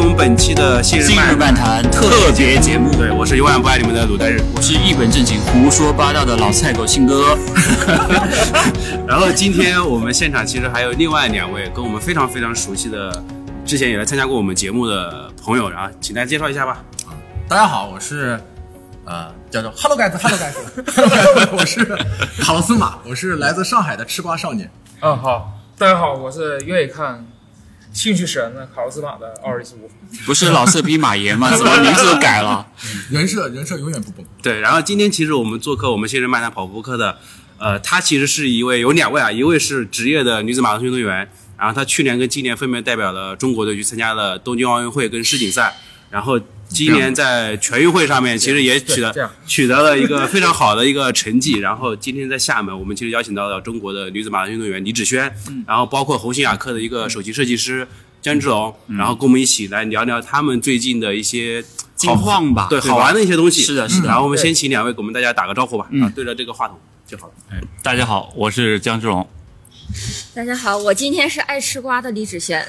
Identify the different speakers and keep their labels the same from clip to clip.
Speaker 1: 们本期的新日
Speaker 2: 今日漫谈特
Speaker 1: 特
Speaker 2: 别
Speaker 1: 别
Speaker 2: 节
Speaker 1: 节
Speaker 2: 目
Speaker 1: 目。，对我是永远不爱你们的鲁代日。
Speaker 2: 我是一本正经胡说八道的老菜狗信哥，
Speaker 1: 然后今天我们现场其实还有另外两位跟我们非常非常熟悉的，之前也来参加过我们节目的朋友，然后请大家介绍一下吧。
Speaker 3: 大家好，我是呃叫做 Hello guys，Hello guys，Hello guys，我是卡洛斯马，我是来自上海的吃瓜少年。
Speaker 4: 嗯，好，大家好，我是愿意看兴趣使然的卡洛斯马的奥瑞斯五。
Speaker 2: 不是老色批马爷吗？怎么名字都改了？
Speaker 3: 人设人设永远不崩，
Speaker 1: 对，然后今天其实我们做客我们新人漫谈跑步课的，呃，她其实是一位有两位啊，一位是职业的女子马拉松运动员，然后她去年跟今年分别代表了中国队去参加了东京奥运会跟世锦赛，然后今年在全运会上面其实也取
Speaker 4: 这
Speaker 1: 得
Speaker 4: 样
Speaker 1: 取得了一个非常好的一个成绩，然后今天在厦门，我们其实邀请到了中国的女子马拉松运动员李芷萱，
Speaker 4: 嗯
Speaker 1: 然后包括鸿星雅克的一个首席设计师。姜志龙，
Speaker 4: 嗯
Speaker 1: 然后跟我们一起来聊聊他们最近的一些
Speaker 2: 近
Speaker 4: 啊
Speaker 2: 况吧
Speaker 1: 哦对，
Speaker 2: 啊对吧
Speaker 1: 好玩的一些东西。嗯
Speaker 2: 是的是的
Speaker 1: 然后我们
Speaker 4: 对
Speaker 1: 先请两位给我们大家打个招呼吧。
Speaker 2: 嗯
Speaker 1: 啊，对着这个话筒就好了。
Speaker 2: 大家好，我是江志龙。
Speaker 5: 大家好，我今天是爱吃瓜的李芷萱。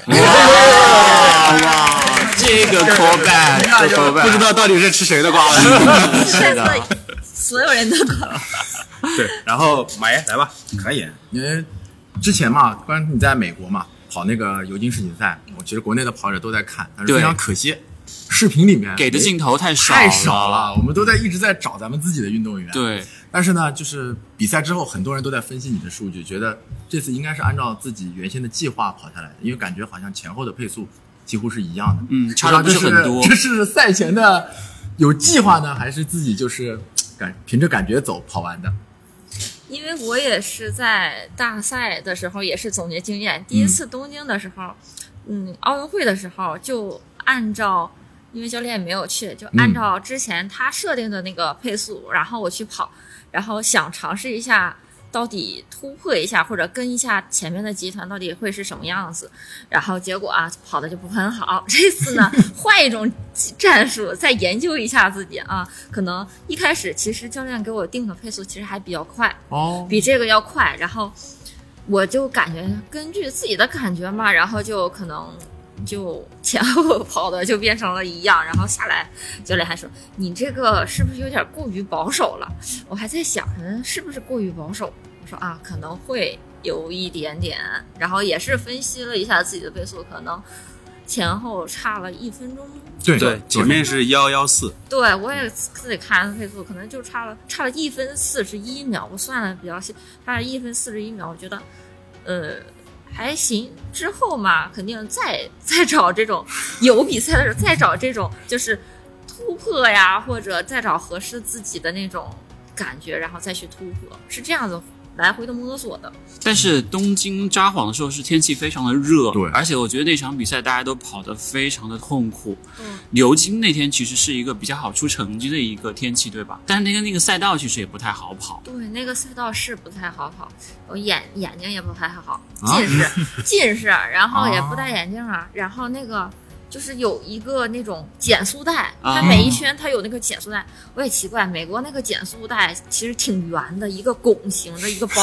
Speaker 2: 哇哇，这个 callback，这 callback，
Speaker 1: 不知道到底是吃谁的瓜 了。
Speaker 5: 在座所有人都
Speaker 1: 对，然后马爷来吧，可以。
Speaker 3: 因为之前嘛，关于你在美国嘛跑那个游金世锦赛，我其实国内的跑者都在看，但是
Speaker 2: 对
Speaker 3: 非常可惜，视频里面
Speaker 2: 给的镜头太少
Speaker 3: 太少了，我们都在一直在找咱们自己的运动员。，
Speaker 2: 对，
Speaker 3: 但是呢，就是比赛之后，很多人都在分析你的数据，觉得这次应该是按照自己原先的计划跑下来的，因为感觉好像前后的配速几乎是一样的。
Speaker 2: 嗯，差的不是很多
Speaker 3: 这。是赛前的有计划呢，还是自己就是感凭着感觉走跑完的？
Speaker 5: 因为我也是在大赛的时候也是总结经验，第一次东京的时候，嗯，奥运会的时候就按照，因为教练没有去，就按照之前他设定的那个配速，然后我去跑，然后想尝试一下。到底突破一下，或者跟一下前面的集团到底会是什么样子？然后结果啊，跑的就不很好。这次呢，换一种战术，再研究一下自己啊。可能一开始其实教练给我定的配速其实还比较快，
Speaker 3: 哦，
Speaker 5: 比这个要快。然后我就感觉根据自己的感觉嘛，然后就可能就前后跑的就变成了一样。然后下来教练还说：“你这个是不是有点过于保守了？”我还在想，嗯，是不是过于保守？我说啊，可能会有一点点。然后也是分析了一下自己的倍速，可能前后差了一分钟
Speaker 3: 对
Speaker 1: 对，前面是幺幺四，
Speaker 5: 对，我也自己看配速，可能就差了差了一分四十一秒，我算的比较细，差了一分四十一秒，我觉得，呃，还行。之后嘛，肯定再再找这种有比赛的时候再找这种就是突破呀，或者再找合适自己的那种感觉，然后再去突破，是这样子来回的摸索的。
Speaker 2: 但是东京札幌的时候是天气非常的热，
Speaker 3: 对
Speaker 2: 而且我觉得那场比赛大家都跑得非常的痛苦。
Speaker 5: 嗯，
Speaker 2: 牛津那天其实是一个比较好出成绩的一个天气，对吧？但是那个那个赛道其实也不太好跑，
Speaker 5: 对，那个赛道是不太好跑，我眼眼睛也不太好，
Speaker 3: 啊
Speaker 5: 近视、近视，然后也
Speaker 3: 啊
Speaker 5: 不戴眼镜啊，然后那个就是有一个那种减速带，
Speaker 2: 啊
Speaker 5: 它每一圈它有那个减速带，我也奇怪，美国那个减速带其实挺圆的，一个拱形的一个包，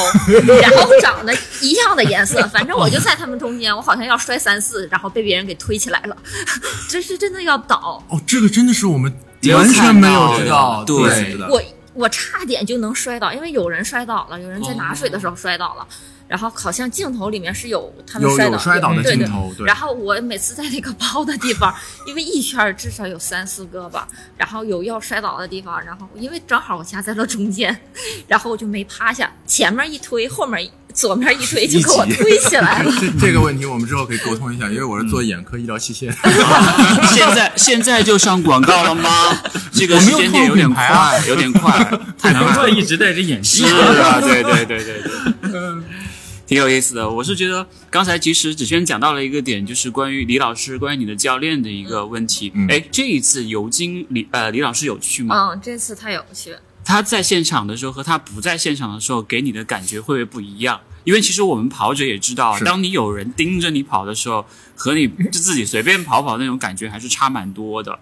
Speaker 5: 然后长得一样的颜色，反正我就在他们中间，我好像要摔三次，然后被别人给推起来了， 真是真的要倒，
Speaker 3: 哦，这个真的是我们
Speaker 2: 没有
Speaker 3: 完全没
Speaker 2: 看
Speaker 3: 有
Speaker 2: 到
Speaker 3: 知道，
Speaker 2: 对
Speaker 1: 对知道
Speaker 5: 我我差点就能摔倒，因为有人摔倒了，有人
Speaker 3: 哦
Speaker 5: 在拿水的时候摔倒了，然后好像镜头里面是有他们
Speaker 3: 有
Speaker 5: 摔倒
Speaker 3: 有摔倒的
Speaker 5: 对
Speaker 3: 镜
Speaker 5: 对
Speaker 3: 头，对
Speaker 5: 然，后我每次在那个包的地方，因为一圈儿至少有三四个吧，然后有要摔倒的地方，然后因为正好我夹在了中间，然后我就没趴下，前面一推，后面一左面一推就给我
Speaker 3: 一起
Speaker 5: 推起 来了。
Speaker 3: 这这个问题我们之后可以沟通一下，因为我是
Speaker 2: 嗯
Speaker 3: 做眼科医疗器械 的，
Speaker 2: 现在现在就上广告了吗？这个
Speaker 3: 我没
Speaker 2: 时
Speaker 3: 有
Speaker 2: 间点有
Speaker 3: 透露
Speaker 2: 点
Speaker 3: 品牌啊
Speaker 2: 快，有点快，太难了。
Speaker 4: 一直戴着眼
Speaker 2: 是啊，对对对对对，挺有意思的。我是觉得刚才其实子轩讲到了一个点，就是关于李老师、关于你的教练的一个问题。
Speaker 3: 嗯
Speaker 2: 哎、这一次尤金李呃李老师有去吗？
Speaker 5: 嗯，这次太有趣。
Speaker 2: 他在现场的时候和他不在现场的时候给你的感觉会不会不一样？因为其实我们跑者也知道，
Speaker 3: 是
Speaker 2: 当你有人盯着你跑的时候，和你就自己随便跑跑那种感觉还是差蛮多的。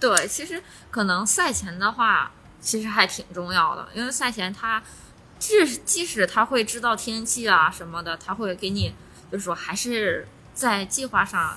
Speaker 5: 对，其实可能赛前的话，其实还挺重要的，因为赛前他即即使他会知道天气啊什么的，他会给你就是说还是在计划上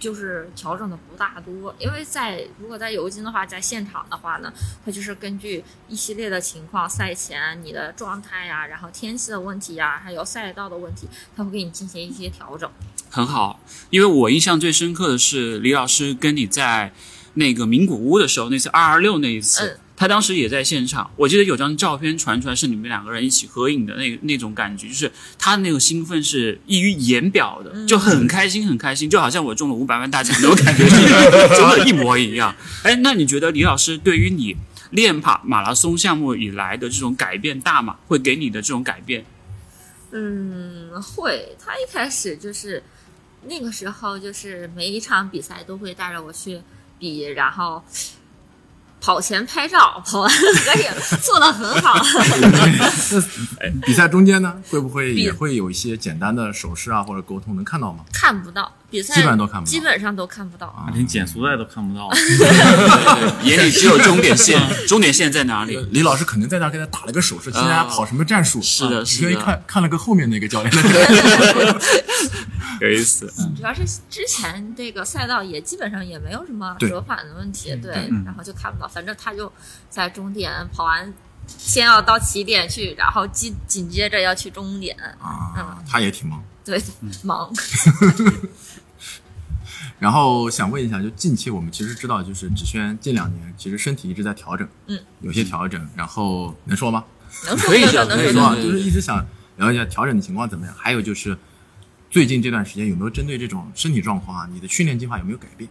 Speaker 5: 就是调整的不大多，因为在如果在尤金的话，在现场的话呢，它就是根据一系列的情况，赛前你的状态呀、然后天气的问题呀、还有赛道的问题，它会给你进行一些调整。
Speaker 2: 很好，因为我印象最深刻的是李老师跟你在那个名古屋的时候，那次二二六那一次，
Speaker 5: 嗯
Speaker 2: 他当时也在现场。我记得有张照片传出来是你们两个人一起合影的那那种感觉，就是他的那种兴奋是溢于言表的，就很开心很开心，就好像我中了五百万大奖那种感觉，真的，一模一样。 哎，那你觉得李老师对于你练跑马拉松项目以来的这种改变大吗？会给你的这种改变？
Speaker 5: 嗯，会。他一开始就是那个时候，就是每一场比赛都会带着我去比，然后跑前拍照，跑完 合影，做的很好。
Speaker 3: 哎比赛中间呢，会不会
Speaker 5: 比
Speaker 3: 也会有一些简单的手势啊或者沟通能看到吗？
Speaker 5: 看不到比赛，
Speaker 3: 基本上都看不到啊
Speaker 5: 基本上都看不到。
Speaker 6: 连减速带都看不到。
Speaker 2: 眼里只有终点线， 终点线在哪里？
Speaker 3: 李老师可能在那儿给他打了个手势，听大家跑什么战术。
Speaker 2: 嗯是的
Speaker 3: 啊
Speaker 2: 是的
Speaker 3: 因为看看了个后面那个教 练的，
Speaker 2: 有意思。
Speaker 5: 主要是之前这个赛道也基本上也没有什么
Speaker 3: 对嗯
Speaker 5: 折返的问题，对，
Speaker 3: 对
Speaker 5: 然后就看不到。反正他就在终点跑完，先要到起点去，然后紧紧接着要去终点，嗯
Speaker 3: 啊，他也挺忙。
Speaker 5: 对，忙。
Speaker 3: 然后想问一下，就近期我们其实知道，就是芷萱近两年其实身体一直在调整，
Speaker 5: 嗯，
Speaker 3: 有些调整，然后能说吗？
Speaker 5: 能说
Speaker 2: 可以
Speaker 5: 能
Speaker 2: 讲
Speaker 5: 说能
Speaker 2: 可以啊
Speaker 5: 说
Speaker 3: 是
Speaker 2: 讲
Speaker 3: 吧？
Speaker 2: 呃对对对
Speaker 3: 就是一直想了解调整的情况怎么样，还有就是最近这段时间有没有针对这种身体状况啊，你的训练计划有没有改变？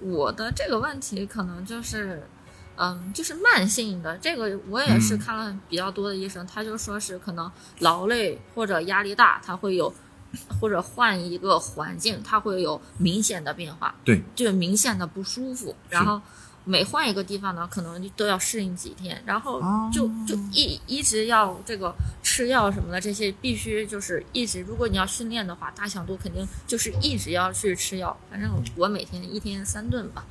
Speaker 5: 我的这个问题可能就是，嗯，就是慢性的。这个我也是
Speaker 3: 嗯
Speaker 5: 看了比较多的医生，他就说是可能劳累或者压力大，他会有，或者换一个环境，他会有明显的变化，
Speaker 3: 对，
Speaker 5: 就明显的不舒服。然后每换一个地方呢，可能就都要适应几天，然后
Speaker 3: 哦
Speaker 5: 就就一一直要这个吃药什么的，这些必须就是一直。如果你要训练的话，大强度肯定就是一直要去吃药。反正我每天一天三顿吧，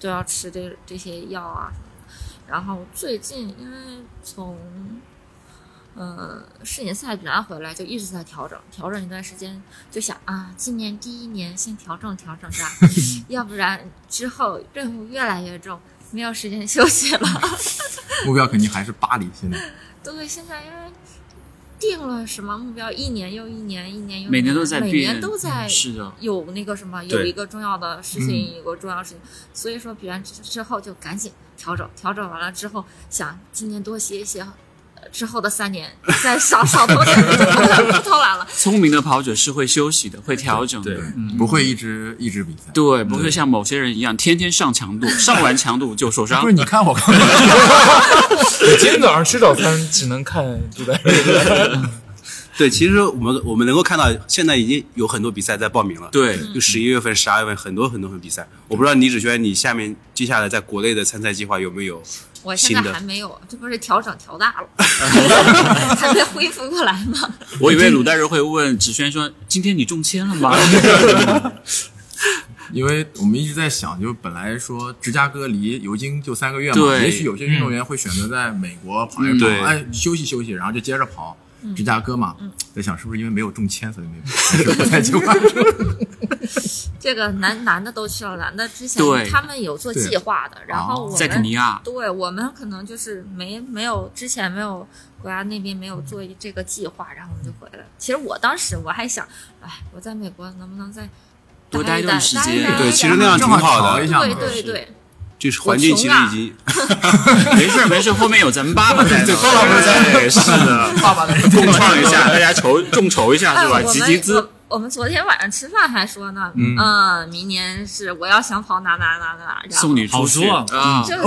Speaker 5: 都要吃这这些药啊什么的。然后最近因为从呃世锦赛比完回来，就一直在调整，调整一段时间，就想啊，今年第一年先调整调整着，要不然之后任务越来越重，没有时间休息了。
Speaker 3: 目标肯定还是巴黎，现在
Speaker 5: 对，现在因为定了什么目标，一年又一年，一年又一
Speaker 2: 每年都在
Speaker 5: 每
Speaker 2: 变，嗯
Speaker 5: 年都在
Speaker 2: 是的，
Speaker 5: 有那个什么，有一个重要的事
Speaker 2: 嗯
Speaker 5: 情，有个重要事情，所以说比完之之后就赶紧调整，调整完了之后想今年多歇一歇。呃之后的三年再少少偷点，不偷懒不偷懒了。
Speaker 2: 聪明的跑者是会休息的，会调整的，
Speaker 1: 对
Speaker 3: 嗯不会一直一直比赛。
Speaker 2: 对，不会像某些人一样天天上强度，上完强度就受伤
Speaker 3: 不是。你看我刚才
Speaker 4: 我今天早上吃早餐只能看比赛，
Speaker 1: 对，其实我们我们能够看到，现在已经有很多比赛在报名了。，
Speaker 2: 对，
Speaker 1: 就十一月份、十二月份，很多很多很多比赛。我不知道李芷轩，你下面接下来在国内的参赛计划有没有？
Speaker 5: 我现在
Speaker 1: 新的
Speaker 5: 还没有，这不是调整调大 了，还没恢复过来吗？
Speaker 2: 我以
Speaker 6: 嗯
Speaker 2: 为鲁大人会问芷轩说：“今天你中签了吗
Speaker 3: 因为我们一直在想，就本来说芝加哥离尤金就三个月嘛，
Speaker 2: 对
Speaker 3: 也许有些运动员会选择在美国跑一
Speaker 2: 嗯
Speaker 3: 跑，
Speaker 1: 对
Speaker 3: 哎，休息休息，然后就接着跑。芝加哥嘛，在想是不是因为没有中签，所以没有，还是不太计划。
Speaker 5: 这个男男的都去了，男的之前
Speaker 2: 对哦
Speaker 5: 他们有做
Speaker 3: 对
Speaker 5: 计划的，然后我？”
Speaker 2: 在肯
Speaker 5: 们
Speaker 2: 尼 亚，
Speaker 5: 对我们可能就是没没有之前没有国家那边没有做这个计划，然后我们就回来了。其实我当时我还想，哎，我在美国能不能再
Speaker 2: 多
Speaker 5: 待
Speaker 2: 待
Speaker 5: 一
Speaker 2: 一段时间
Speaker 5: 待一待
Speaker 1: 对其实那样挺
Speaker 3: 正
Speaker 1: 好
Speaker 3: 好
Speaker 1: 的
Speaker 3: 调一下嘛
Speaker 5: 对对对，
Speaker 1: 就是环境其实已经
Speaker 2: 没事没事，后面有咱们爸爸在呢，对，爸
Speaker 3: 爸
Speaker 2: 在，是的，
Speaker 3: 爸爸的 人
Speaker 2: 共创一下， 大家筹众筹一下
Speaker 5: 哎，
Speaker 2: 是
Speaker 5: 我
Speaker 2: 吧？
Speaker 5: 们
Speaker 2: 集集资
Speaker 5: 我。我们昨天晚上吃饭还说呢，嗯，明年是我要想跑哪哪哪哪，然后
Speaker 2: 送你出去
Speaker 6: 好嗯说
Speaker 2: 啊！
Speaker 5: 这个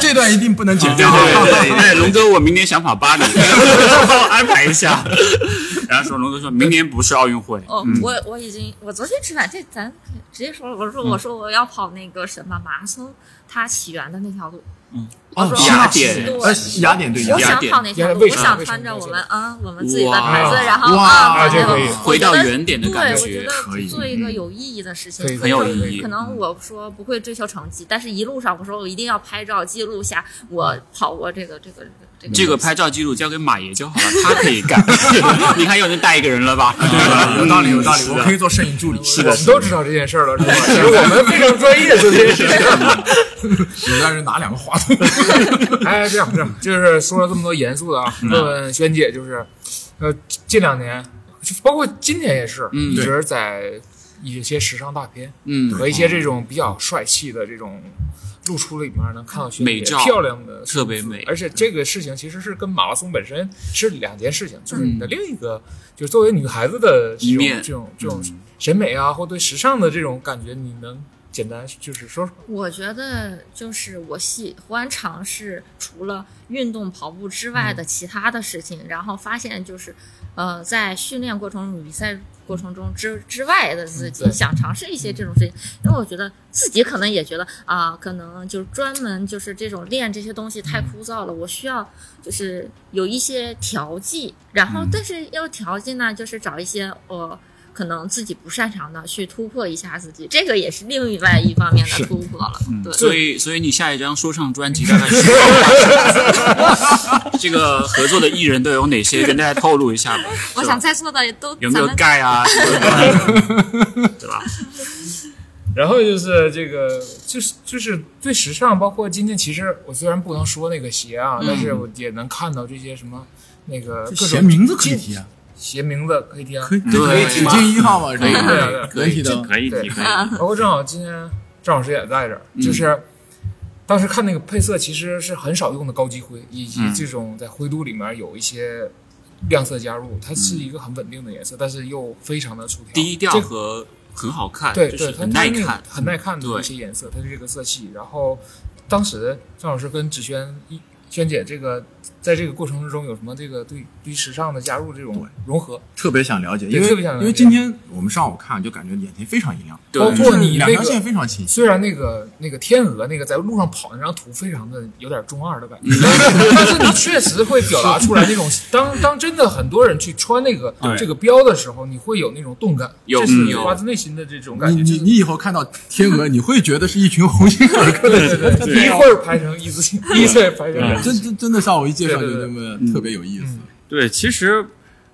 Speaker 3: 这段一定不能剪
Speaker 2: 对
Speaker 3: 掉。
Speaker 2: 对对对，对龙哥，我明年想跑巴黎，帮我安排一下。然后说，龙哥说明年不是奥运会，嗯
Speaker 5: 哦，我我已经，我昨天吃饭，这咱直接说了，我说我说我要跑那个什么马拉松，它起源的那条路，嗯，我说
Speaker 2: 雅
Speaker 5: 哦
Speaker 2: 典
Speaker 5: 对
Speaker 3: 呃，雅典对
Speaker 5: 我
Speaker 3: 雅典，
Speaker 5: 想跑那条
Speaker 4: 雅典
Speaker 5: 路，我
Speaker 4: 为啥
Speaker 5: 想
Speaker 4: 为什么
Speaker 5: 穿着
Speaker 4: 要
Speaker 5: 我
Speaker 4: 这
Speaker 5: 们
Speaker 4: 样
Speaker 5: 嗯我们自己的
Speaker 2: 哇
Speaker 5: 牌子，然后
Speaker 3: 哇
Speaker 5: 啊，
Speaker 4: 啊这
Speaker 5: 然后
Speaker 4: 可以
Speaker 2: 回到原点的感觉嗯
Speaker 5: 对，我
Speaker 3: 可
Speaker 5: 觉
Speaker 3: 以
Speaker 5: 得做一个有意义的事情
Speaker 4: 可以
Speaker 5: 所
Speaker 2: 很
Speaker 5: 以
Speaker 2: 有
Speaker 5: 说
Speaker 2: 意义嗯
Speaker 5: 可。能我说不会追求成绩，但是一路上我说我一定要拍照记录下我跑过这个这个这个
Speaker 2: 这个拍照记录交给马爷就好了，他可以干。 你看，又能带一个人了吧？
Speaker 3: 对有道理有道理，
Speaker 2: 是
Speaker 3: 我
Speaker 2: 的
Speaker 3: 可以做摄影助理。
Speaker 4: 我们都知道这件事儿了，是吧？ 其实我们非常专业做这件事儿。
Speaker 3: 你让人拿两个话筒，
Speaker 4: 哎，这样这样，就是说了这么多严肃的啊，
Speaker 2: 嗯
Speaker 4: 问问萱姐，就是，呃，近两年，就包括今年也是，
Speaker 2: 嗯
Speaker 4: 一直在一些时尚大片
Speaker 2: 嗯，
Speaker 4: 和一些这种比较帅气的这种露出里面能看到萱
Speaker 2: 美
Speaker 4: 姐
Speaker 2: 照
Speaker 4: 漂亮的
Speaker 2: 特别美
Speaker 4: 而且这个事情其实是跟马拉松本身是两件事情，就是你的另一个，就是作为女孩子的这
Speaker 2: 一
Speaker 4: 种
Speaker 2: 面
Speaker 4: 这种这种审美啊，或对时尚的这种感觉，你能简单就是说说？
Speaker 5: 我觉得就是我喜欢尝试除了运动跑步之外的其他的事情，然后发现就是，呃，在训练过程中、比赛过程中之之外的自己
Speaker 4: 嗯，对
Speaker 5: 想尝试一些这种事情，因为我觉得自己可能也觉得啊、可能就是专门就是这种练这些东西太枯燥了，我需要就是有一些调剂，然后但是要调剂呢，就是找一些我。呃可能自己不擅长的，去突破一下自己，这个也是另外一方面的突破了。对，
Speaker 2: 所以所以你下一张说唱专辑大概是？这个合作的 艺人都有哪些？跟大家透露一下吧。
Speaker 5: 我想在座的都
Speaker 2: 有没有
Speaker 5: 咱们
Speaker 2: 盖 啊？什么的对吧？
Speaker 4: 然后就是这个，就是就是对时尚，包括今天，其实我虽然不能说那个鞋啊，但是我也能看到这些什么那个各
Speaker 3: 鞋
Speaker 4: 种
Speaker 3: 名字可以提啊，
Speaker 4: 鞋名字可以提啊，
Speaker 3: 可以可
Speaker 2: 对
Speaker 3: 以提进一号嘛，是
Speaker 2: 可以
Speaker 3: 吧？
Speaker 2: 可
Speaker 3: 以
Speaker 2: 以
Speaker 3: 的，
Speaker 6: 可以
Speaker 4: 对
Speaker 6: 提，可以
Speaker 5: 啊
Speaker 6: 提。
Speaker 4: 包括正好今天郑老师也在这儿，
Speaker 2: 嗯
Speaker 4: 就是当时看那个配色，其实是很少用的高级灰，以
Speaker 2: 嗯
Speaker 4: 及这种在灰度里面有一些亮色加入，它是一个很稳定的颜色，但是又非常的出挑，
Speaker 2: 嗯低调
Speaker 4: 这
Speaker 2: 和很好看，
Speaker 4: 对
Speaker 2: 就是
Speaker 4: 对，它
Speaker 2: 很耐
Speaker 4: 它那个
Speaker 2: 看，
Speaker 4: 很耐看的
Speaker 2: 对
Speaker 4: 一些颜色，它是这个色系。然后当时郑老师跟芷萱一萱姐这个在这个过程之中有什么这个对对于时尚的加入这种
Speaker 3: 对
Speaker 4: 融合，
Speaker 3: 特别想了解，因
Speaker 4: 对
Speaker 3: 为
Speaker 4: 特别想了解
Speaker 3: 因为今天我们上午看就感觉眼前非常一亮，
Speaker 2: 对
Speaker 4: 包括你
Speaker 3: 两
Speaker 4: 那
Speaker 3: 条
Speaker 4: 个
Speaker 3: 线非常清晰。
Speaker 4: 虽然那个那个天鹅那个在路上跑那张图非常的有点中二的感觉， 但是你确实会表达出来那种当当真的很多人去穿那个
Speaker 1: 对
Speaker 4: 这个标的时候，你会有那种动感，
Speaker 2: 有
Speaker 4: 这是
Speaker 2: 有
Speaker 4: 发自内心的这种感
Speaker 3: 你
Speaker 4: 觉。
Speaker 3: 你你以后看到天鹅，你会觉得是一群红星 尔克的
Speaker 4: 对对对，一会儿拍成一字形，一会儿拍成两字
Speaker 3: 真真真的上午一介绍
Speaker 4: 对
Speaker 3: 就
Speaker 4: 对
Speaker 3: 那
Speaker 4: 对
Speaker 3: 么
Speaker 2: 嗯
Speaker 3: 特别有意思，
Speaker 6: 对，其实，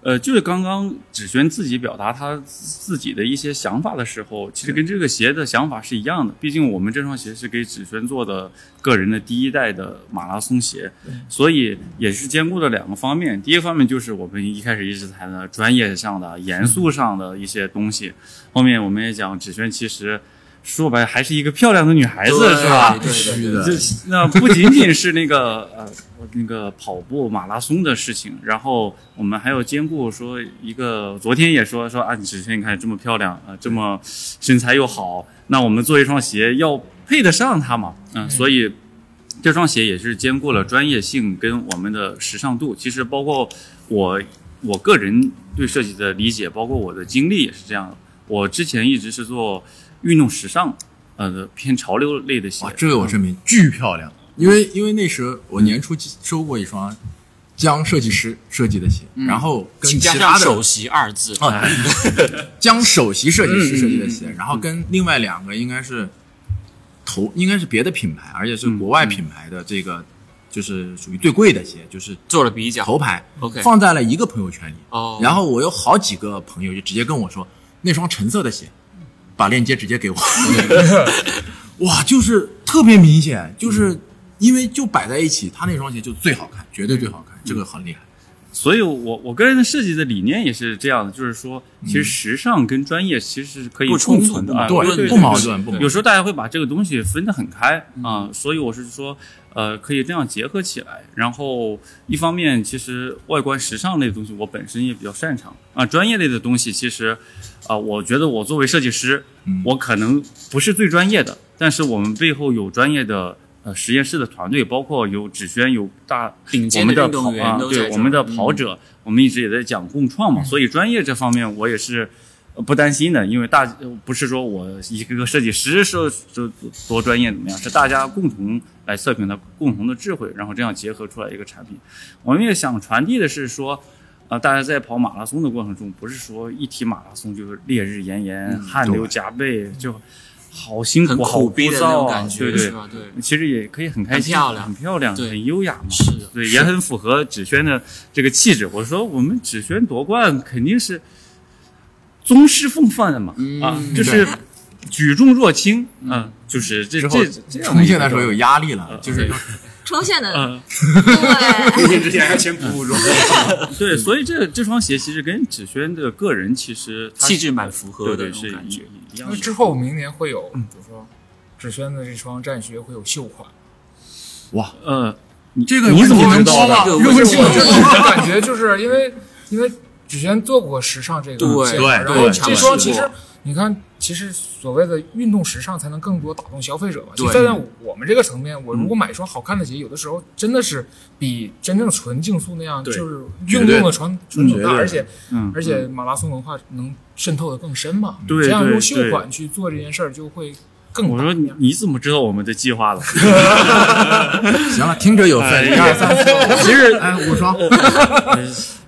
Speaker 6: 呃，就是刚刚芷萱自己表达她自己的一些想法的时候，其实跟这个鞋的想法是一样的。毕竟我们这双鞋是给芷萱做的个人的第一代的马拉松鞋，所以也是兼顾了两个方面。第一个方面就是我们一开始一直谈的专业上的、严肃上的一些东西，后面我们也讲芷萱其实。说白了还是一个漂亮的女孩子，
Speaker 2: 对
Speaker 6: 是吧？
Speaker 2: 对对
Speaker 3: 必须的
Speaker 6: 这。那不仅仅是那个 呃那个跑步马拉松的事情，然后我们还有兼顾说一个，昨天也说说啊，你芷萱你看这么漂亮啊、呃这么身材又好，那我们做一双鞋要配得上它嘛，嗯，所以这双鞋也是兼顾了专业性跟我们的时尚度。其实包括我我个人对设计的理解，包括我的经历也是这样的。我之前一直是做运动时尚，呃，偏潮流类的鞋
Speaker 3: 哇，，这个我证明巨漂亮，因为因为那时我年初收过一双江设计师设计的鞋，然后跟
Speaker 2: 嗯请
Speaker 3: 其
Speaker 2: 加
Speaker 3: 他
Speaker 2: 上“
Speaker 3: 的
Speaker 2: 首席”二字，
Speaker 3: 啊， 江首席设计师设计
Speaker 2: 嗯
Speaker 3: 的鞋，然后跟另外两个应该是头应该是别的品牌，而且是
Speaker 2: 嗯
Speaker 3: 国外品牌的这个就是属于最贵的鞋，就是
Speaker 2: 做了比较。
Speaker 3: 头牌
Speaker 2: OK
Speaker 3: 放在了一个朋友圈里。
Speaker 2: 哦
Speaker 3: 然后我有好几个朋友就直接跟我说，那双橙色的鞋，把链接直接给我。 哇，就是特别明显，
Speaker 6: 嗯
Speaker 3: 就是因为就摆在一起，他那双鞋就最好看，绝对最好看，这个很厉害。
Speaker 6: 所以我，我个人的设计的理念也是这样的，就是说，其实时尚跟专业其实是可以
Speaker 2: 不冲
Speaker 6: 共
Speaker 2: 突
Speaker 6: 存的
Speaker 2: 不
Speaker 6: 啊，
Speaker 2: 矛盾
Speaker 6: 对
Speaker 3: 不矛盾不矛盾
Speaker 6: 有时候大家会把这个东西分得很开啊、所以我是说，呃，可以这样结合起来。然后，一方面其实外观时尚类的东西我本身也比较擅长啊、专业类的东西其实，啊、我觉得我作为设计师，我可能不是最专业的，但是我们背后有专业的。呃，实验室的团队包括有芷萱，有大
Speaker 2: 顶
Speaker 6: 我
Speaker 2: 尖
Speaker 6: 们
Speaker 2: 的
Speaker 6: 的
Speaker 2: 运动
Speaker 6: 跑
Speaker 2: 员
Speaker 6: 啊
Speaker 2: 都在
Speaker 6: 对
Speaker 2: 这
Speaker 6: 我们的
Speaker 2: 儿嗯
Speaker 6: 跑者，我们一直也在讲共创嘛，所以专业这方面我也是呃不担心的，因为大呃不是说我一个个设计师说多多专业怎么样，是大家共同来测评它共同的智慧，然后这样结合出来一个产品。我们也想传递的是说，呃，大家在跑马拉松的过程中，不是说一提马拉松就是烈日炎炎、汗流浃背，就好辛
Speaker 2: 嗯很
Speaker 6: 苦、好
Speaker 2: 苦
Speaker 6: 枯
Speaker 2: 逼的那
Speaker 6: 燥
Speaker 2: 种
Speaker 6: 啊
Speaker 2: 感觉，
Speaker 6: 对对
Speaker 2: 是，吧？对，
Speaker 6: 其实也可以很开
Speaker 2: 很
Speaker 6: 心，
Speaker 2: 漂亮
Speaker 6: 很漂亮，
Speaker 2: 对
Speaker 6: 很优雅嘛。
Speaker 2: 是的
Speaker 6: 对，也很符合芷萱的这个气质。我说我们芷萱夺冠肯定是宗师风范的嘛，啊，就是举重若轻，嗯、就是这
Speaker 3: 之后
Speaker 6: 这这样的
Speaker 3: 冲
Speaker 6: 一个嗯
Speaker 3: 线的时候有压力了，就是
Speaker 6: 对
Speaker 5: 冲线的，
Speaker 6: 嗯、
Speaker 5: 对，
Speaker 1: 出去之前还先补补妆。
Speaker 6: 对，所以这这双鞋其实跟芷萱的个人其实她
Speaker 2: 气质蛮符合
Speaker 6: 对
Speaker 2: 的
Speaker 6: 对
Speaker 2: 那种
Speaker 6: 是
Speaker 2: 感
Speaker 6: 一
Speaker 2: 觉。
Speaker 6: 一样
Speaker 4: 那
Speaker 6: 的。
Speaker 4: 之后明年会有，比如说芷萱的这双战靴会有秀款，
Speaker 3: 哇，
Speaker 6: 呃，你
Speaker 3: 这个
Speaker 6: 你怎么
Speaker 3: 问题
Speaker 6: 知
Speaker 3: 能说吗
Speaker 6: 道的？
Speaker 2: 这个
Speaker 4: 因为
Speaker 2: 问
Speaker 4: 我
Speaker 2: 题
Speaker 4: 这种感觉就是因为因为芷萱做过时尚这个
Speaker 2: 对
Speaker 4: 线嘛
Speaker 3: 对
Speaker 4: 然后
Speaker 3: 对
Speaker 4: 这双
Speaker 2: 尝试
Speaker 4: 其
Speaker 2: 过
Speaker 4: 实你看，其实所谓的运动时尚才能更多打动消费者嘛。
Speaker 2: 对
Speaker 4: 就站在我们这个层面，我如果买一双好看的鞋，有的时候真的是比真正纯竞速那样，
Speaker 1: 对
Speaker 4: 就是
Speaker 3: 绝
Speaker 4: 运
Speaker 3: 对
Speaker 4: 动的传传统
Speaker 3: 绝
Speaker 4: 大，
Speaker 3: 对
Speaker 4: 而且
Speaker 6: 嗯，
Speaker 4: 而且马拉松文化能渗透的更深嘛。
Speaker 6: 对
Speaker 4: 这样
Speaker 6: 对
Speaker 4: 用秀
Speaker 6: 对
Speaker 4: 款去做这件事儿就会更
Speaker 6: 我
Speaker 4: 大
Speaker 6: 说
Speaker 4: 一
Speaker 6: 你
Speaker 4: 点。
Speaker 6: 你怎么知道我们的计划了？
Speaker 3: 行了，听者有份，一二三四五，
Speaker 6: 哎 其实
Speaker 3: 哎，五双，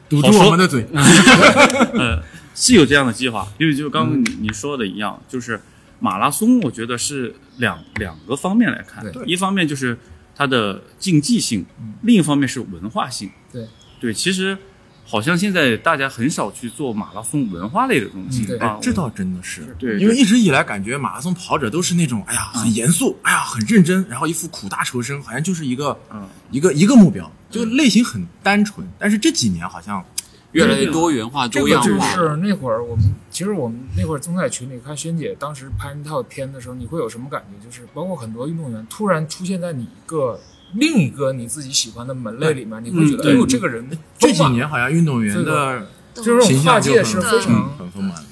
Speaker 3: 堵
Speaker 6: 好
Speaker 3: 住
Speaker 6: 说
Speaker 3: 我们的嘴，
Speaker 6: 呃，是有这样的计划，因为就刚
Speaker 2: 嗯
Speaker 6: 刚你你说的一样，就是马拉松，我觉得是两两个方面来看，
Speaker 4: 对
Speaker 6: 一方面就是它的竞技性，
Speaker 2: 嗯
Speaker 6: 另一方面是文化性。
Speaker 4: 对
Speaker 6: 对，其实好像现在大家很少去做马拉松文化类的东西、
Speaker 4: 嗯对
Speaker 6: 啊，
Speaker 3: 哎这倒真的是。
Speaker 6: 对，对
Speaker 3: 因为一直以来感觉马拉松跑者都是那种，哎呀，很严肃，哎呀，很认真，然后一副苦大仇深，好像就是一个
Speaker 6: 嗯
Speaker 3: 一个一个目标，就类型很单纯。但是这几年好像
Speaker 2: 越来越多元化、
Speaker 4: 这
Speaker 2: 多
Speaker 4: 个
Speaker 2: 样
Speaker 4: 就
Speaker 2: 化，
Speaker 4: 是那会儿我们，其实我们那会儿总在群里看萱姐当时拍那套片的时候，你会有什么感觉？就是包括很多运动员突然出现在你一个另一个你自己喜欢的门类里面，你会
Speaker 3: 嗯
Speaker 4: 觉得，
Speaker 6: 对
Speaker 4: 哎呦，这个人
Speaker 3: 这几
Speaker 4: 丰满
Speaker 3: 年好像运动员
Speaker 4: 这
Speaker 3: 的
Speaker 4: 个 就是
Speaker 3: 形
Speaker 4: 跨
Speaker 3: 象就
Speaker 4: 界
Speaker 3: 很
Speaker 4: 是
Speaker 5: 对
Speaker 4: 非
Speaker 3: 嗯
Speaker 4: 常
Speaker 3: 很丰满。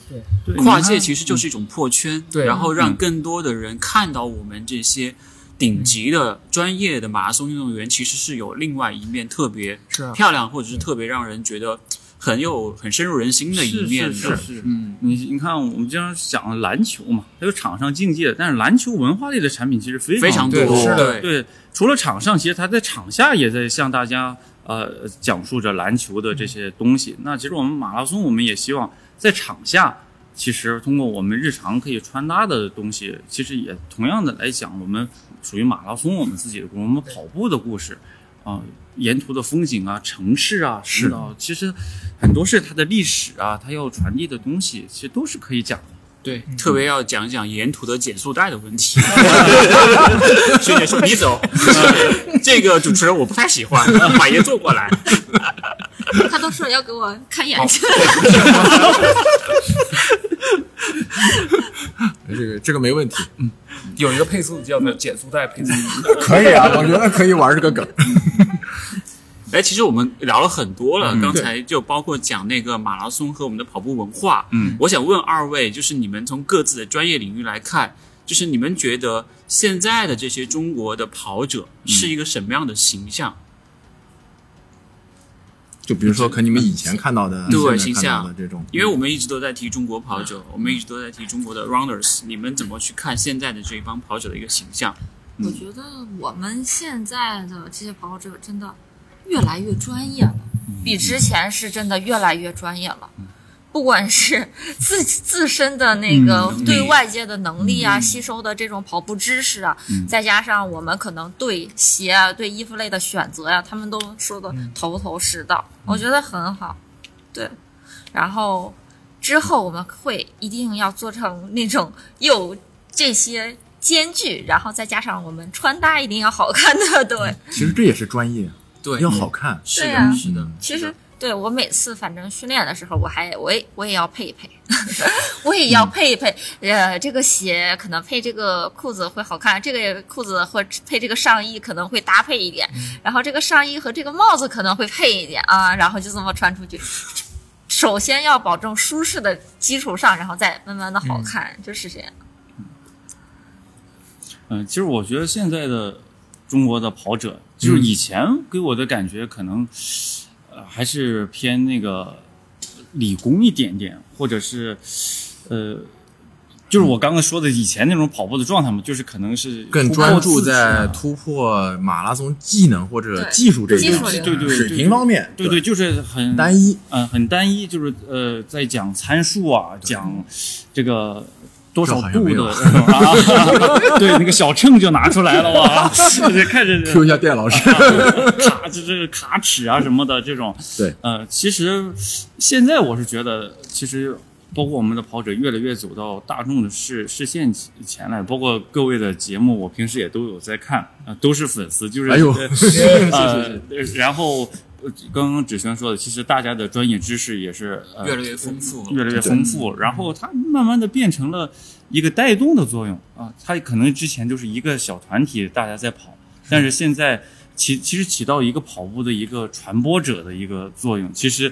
Speaker 6: 对
Speaker 2: 跨界其实就是一种破圈，
Speaker 6: 嗯
Speaker 4: 对
Speaker 2: 然后让更多的人看到我们这些
Speaker 6: 嗯
Speaker 2: 顶级的专业的马拉松运动员，其实是有另外一面特别
Speaker 4: 是啊
Speaker 2: 漂亮，或者是特别让人觉得很有很深入人心的一面的。
Speaker 6: 嗯是是是是
Speaker 2: 嗯，
Speaker 6: 你你看，我们经常讲篮球嘛，它有场上竞技的，但是篮球文化类的产品其实非
Speaker 2: 非常
Speaker 6: 常
Speaker 2: 多，
Speaker 4: 对是的
Speaker 2: 对
Speaker 6: 对，除了场上，其实他在场下也在向大家呃讲述着篮球的这些东西。那其实我们马拉松，我们也希望在场下，其实通过我们日常可以穿搭的东西，其实也同样的来讲，我们属于马拉松，我们自己的故事我们跑步的故事啊、沿途的风景啊、城市啊，是的，其实很多是它的历史啊，它要传递的东西，其实都是可以讲的。
Speaker 2: 对，
Speaker 6: 嗯
Speaker 2: 特别要讲讲沿途的减速带的问 题。学姐说你走，这个主持人我不太喜 欢，马爷坐过来。
Speaker 5: 他都说要给我看眼睛，
Speaker 3: 这个这个没问题，
Speaker 4: 有一个配速叫做减速带配速，
Speaker 3: 可以啊，我觉得可以玩这个梗。
Speaker 2: 哎，其实我们聊了很多了，
Speaker 6: 嗯
Speaker 2: 刚才就包括讲那个马拉松和我们的跑步文化。
Speaker 6: 嗯，
Speaker 2: 我想问二位，就是你们从各自的专业领域来看，就是你们觉得现在的这些中国的跑者
Speaker 6: 嗯
Speaker 2: 是一个什么样的形象？
Speaker 3: 就比如说，可你们以前看到的，
Speaker 2: 对
Speaker 3: 现
Speaker 2: 形
Speaker 3: 在看
Speaker 2: 象
Speaker 3: 到的这种，
Speaker 2: 因为我们一直都在提中国跑
Speaker 6: 嗯
Speaker 2: 者，我们一直都在提中国的 runners，你们怎么去看现在的这一帮跑者的一个形象？
Speaker 5: 我觉得我们现在的这些跑者真的越来越专业了，比之前是真的越来越专业了。不管是自自身的那个
Speaker 2: 嗯
Speaker 5: 对外界的能力啊，吸收的这种跑步知识啊，再加上我们可能对鞋啊、对衣服类的选择呀、他们都说的头头是道，我觉得很好。对，然后之后我们会一定要做成那种有这些间距，然后再加上我们穿搭一定要好看的。对，
Speaker 2: 嗯
Speaker 3: 其实这也是专业，
Speaker 2: 对，嗯
Speaker 3: 要好看。
Speaker 2: 是
Speaker 5: 对啊
Speaker 2: 的，是的，
Speaker 5: 其实对我每次反正训练的时候，我还我也我也要配 一配，我也要配一配。呃，这个鞋可能配这个裤子会好看，这个裤子或配这个上衣可能会搭配一点，
Speaker 2: 嗯
Speaker 5: 然后这个上衣和这个帽子可能会配一点啊，然后就这么穿出去。首先要保证舒适的基础上，然后再慢慢的好看，就是这样。
Speaker 6: 嗯，其实我觉得现在的中国的跑者，
Speaker 3: 嗯
Speaker 6: 就是以前给我的感觉可能，呃，还是偏那个理工一点点，或者是呃，就是我刚刚说的以前那种跑步的状态嘛，就是可能是
Speaker 3: 更
Speaker 6: 突破
Speaker 3: 专注
Speaker 6: 自己
Speaker 3: 在
Speaker 6: 嘛
Speaker 3: 突破马拉松技能或者技术这一
Speaker 5: 技术
Speaker 3: 方面，
Speaker 5: 流
Speaker 6: 对对对
Speaker 3: 水平方面，
Speaker 6: 对对，就是很
Speaker 3: 单一，
Speaker 6: 嗯，很单一，就是呃，在讲参数啊，讲这个多少
Speaker 3: 这好像
Speaker 6: 度
Speaker 3: 没
Speaker 6: 的
Speaker 3: 有
Speaker 6: 啊， 对，那个小秤就拿出来了 哇， 就开始
Speaker 3: Q 一下戴老师，
Speaker 6: 卡这这卡尺啊什么的这种。
Speaker 3: 对，
Speaker 6: 呃，其实现在我是觉得，其实包括我们的跑者越来越走到大众的视视线前来，包括各位的节目，我平时也都有在看啊、都是粉丝，就是
Speaker 3: 哎呦，
Speaker 6: 呃 呃，然后。呃刚刚芷轩说的，其实大家的专业知识也是、呃、
Speaker 3: 嗯
Speaker 2: 越来越丰富了。
Speaker 6: 越来越丰富，然后它慢慢的变成了一个带动的作用啊。它可能之前就是一个小团体大家在跑，但是现在起其实起到一个跑步的一个传播者的一个作用。其实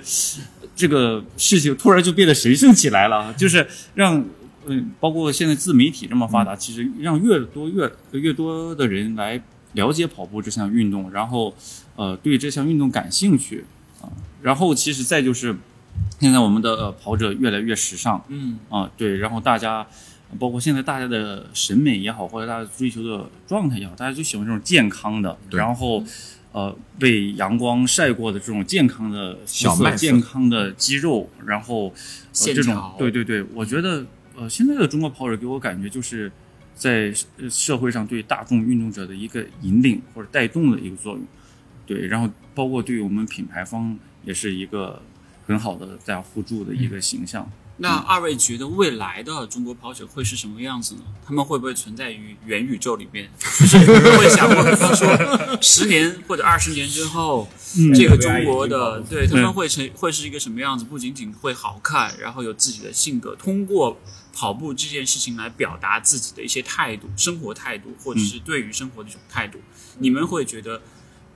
Speaker 6: 这个事情突然就变得神圣起来了啊，就是让。嗯，包括现在自媒体这么发达，其实让越多越越多的人来了解跑步这项运动，然后呃对这项运动感兴趣啊、然后其实再就是现在我们的、呃、跑者越来越时尚，
Speaker 2: 嗯
Speaker 6: 啊，对，然后大家包括现在大家的审美也好，或者大家追求的状态也好，大家就喜欢这种健康的，
Speaker 3: 对
Speaker 6: 然后呃被阳光晒过的这种健康的肤
Speaker 3: 小麦
Speaker 6: 色、
Speaker 3: 色
Speaker 6: 健康的肌肉，然后、呃、
Speaker 2: 线
Speaker 6: 这种
Speaker 2: 条
Speaker 6: 对对对，我觉
Speaker 2: 嗯
Speaker 6: 得呃现在的中国跑者给我感觉就是。在呃社会上对大众运动者的一个引领或者带动的一个作用，对，然后包括对我们品牌方也是一个很好的大家互助的
Speaker 2: 嗯
Speaker 6: 一个形象。
Speaker 2: 那二位觉得未来的中国跑者会是什么样子呢？他们会不会存在于元宇宙里面？就是有人会想过，比方说十年或者二十年之后，嗯这个嗯中国的对他们会成会是一个什么样子？不仅仅会好看，然后有自己的性格，通过跑步这件事情来表达自己的一些态度、生活态度，或者是对于生活的一种态度。你们会觉得，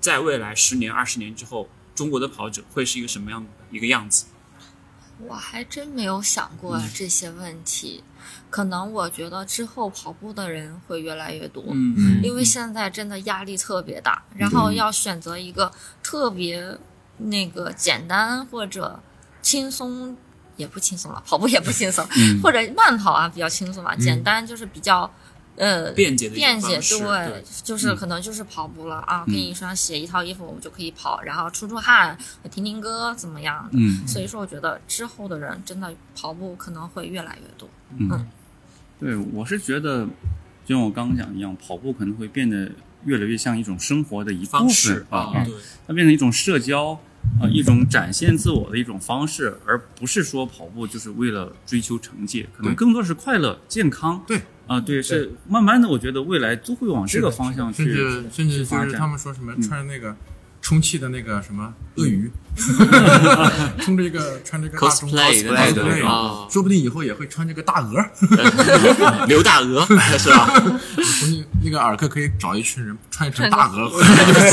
Speaker 2: 在未来十年、二十年之后，中国的跑者会是一个什么样的一个样子？
Speaker 5: 我还真没有想过
Speaker 2: 嗯
Speaker 5: 这些问题，可能我觉得之后跑步的人会越来越多。
Speaker 2: 嗯
Speaker 5: 因为现在真的压力特别大，然后要选择一个特别那个简单或者轻松，也不轻松了，跑步也不轻松，
Speaker 2: 嗯
Speaker 5: 或者慢跑啊比较轻松吧，简单就是比较呃
Speaker 2: 便捷的一种
Speaker 5: 便捷，
Speaker 2: 方式对嗯
Speaker 5: 就是可能就是跑步了啊，给你一双鞋一套衣服我们就可以跑，然后出出汗，听听歌怎么样的
Speaker 6: 嗯，
Speaker 5: 所以说我觉得之后的人真的跑步可能会越来越多，
Speaker 6: 对，我是觉得，就像我刚刚讲一样，跑步可能会变得越来越像一种生活的一部
Speaker 2: 方
Speaker 6: 分
Speaker 2: 式
Speaker 6: 啊，
Speaker 2: 对，
Speaker 6: 它变成一种社交啊、呃一种展现自我的一种方式，而不是说跑步就是为了追求成绩，可能
Speaker 3: 对
Speaker 6: 更多是快乐、健康。
Speaker 3: 对
Speaker 6: 啊、对，是慢慢的，我觉得未来都会往这个方向
Speaker 3: 甚
Speaker 6: 去
Speaker 3: 至甚至就
Speaker 6: 发
Speaker 3: 是
Speaker 6: 展
Speaker 3: 他们说什么穿着那个充气的那个什么鳄鱼， 冲着一个穿着一个大中
Speaker 2: Cosplay 的那
Speaker 1: 种
Speaker 3: 对
Speaker 2: 哦
Speaker 3: 说不定以后也会穿这个大鹅。
Speaker 2: 刘大鹅是吧？
Speaker 3: 估计那个尔克可以找一群人 穿成
Speaker 5: 穿个
Speaker 3: 大鹅，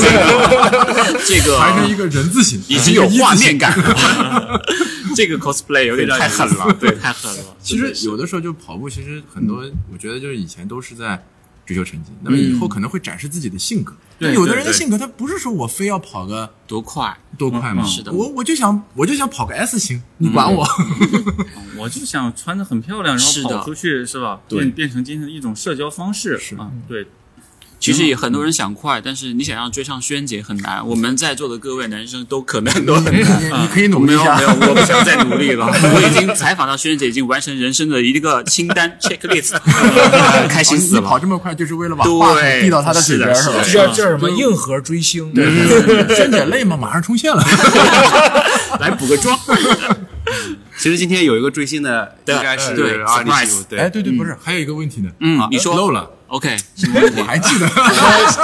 Speaker 2: 这
Speaker 3: 还成
Speaker 2: 个
Speaker 3: 一个人字形，
Speaker 2: 已经有画面感了，这个 cosplay 有点太狠了，对，嗯太狠了。
Speaker 3: 其实有的时候就跑步，其实很多，我觉得就是以前都是在追求成绩，那么
Speaker 2: 嗯
Speaker 3: 以后可能会展示自己的性格。
Speaker 6: 对
Speaker 3: 有的人的
Speaker 6: 对对
Speaker 3: 性格，他不是说我非要跑个
Speaker 2: 多快，
Speaker 3: 多快嘛，
Speaker 6: 嗯
Speaker 2: 是的嗯
Speaker 3: 我我就想我就想跑个 S 型，你管我？
Speaker 6: 我就想穿的很漂亮，然
Speaker 2: 是
Speaker 6: 后
Speaker 2: 的
Speaker 6: 跑出去是吧？
Speaker 3: 对
Speaker 6: 变变成今天的一种社交方式
Speaker 3: 是
Speaker 6: 啊，对，
Speaker 2: 其实也很多人想快，但是你想要追上轩姐很难。我们在座的各位男生都可能都很
Speaker 3: 你
Speaker 2: 难。
Speaker 3: 你你可以努
Speaker 2: 没
Speaker 3: 力一
Speaker 2: 有
Speaker 3: 下
Speaker 2: 嗯没。有，我不想再努力了。 我已经采访到轩姐，已经完成人生的一个清单 checklist，开 心死
Speaker 3: 你跑
Speaker 2: 了。
Speaker 3: 这么快，就是为了把话筒递到他的嘴边
Speaker 2: 对
Speaker 3: 是吧
Speaker 2: 是的
Speaker 4: 这
Speaker 2: 是？
Speaker 4: 叫叫什么硬核追星？嗯对
Speaker 3: 真姐累吗？马上冲线了。
Speaker 2: 来补个妆，
Speaker 1: 其实今天有一个追星的，应该是
Speaker 2: 对
Speaker 1: 阿里
Speaker 2: surprise
Speaker 1: 对，
Speaker 3: 哎，对对，不是，还有一个问题呢，
Speaker 2: 嗯，你说
Speaker 3: 漏了，
Speaker 2: OK，
Speaker 3: 我还记得。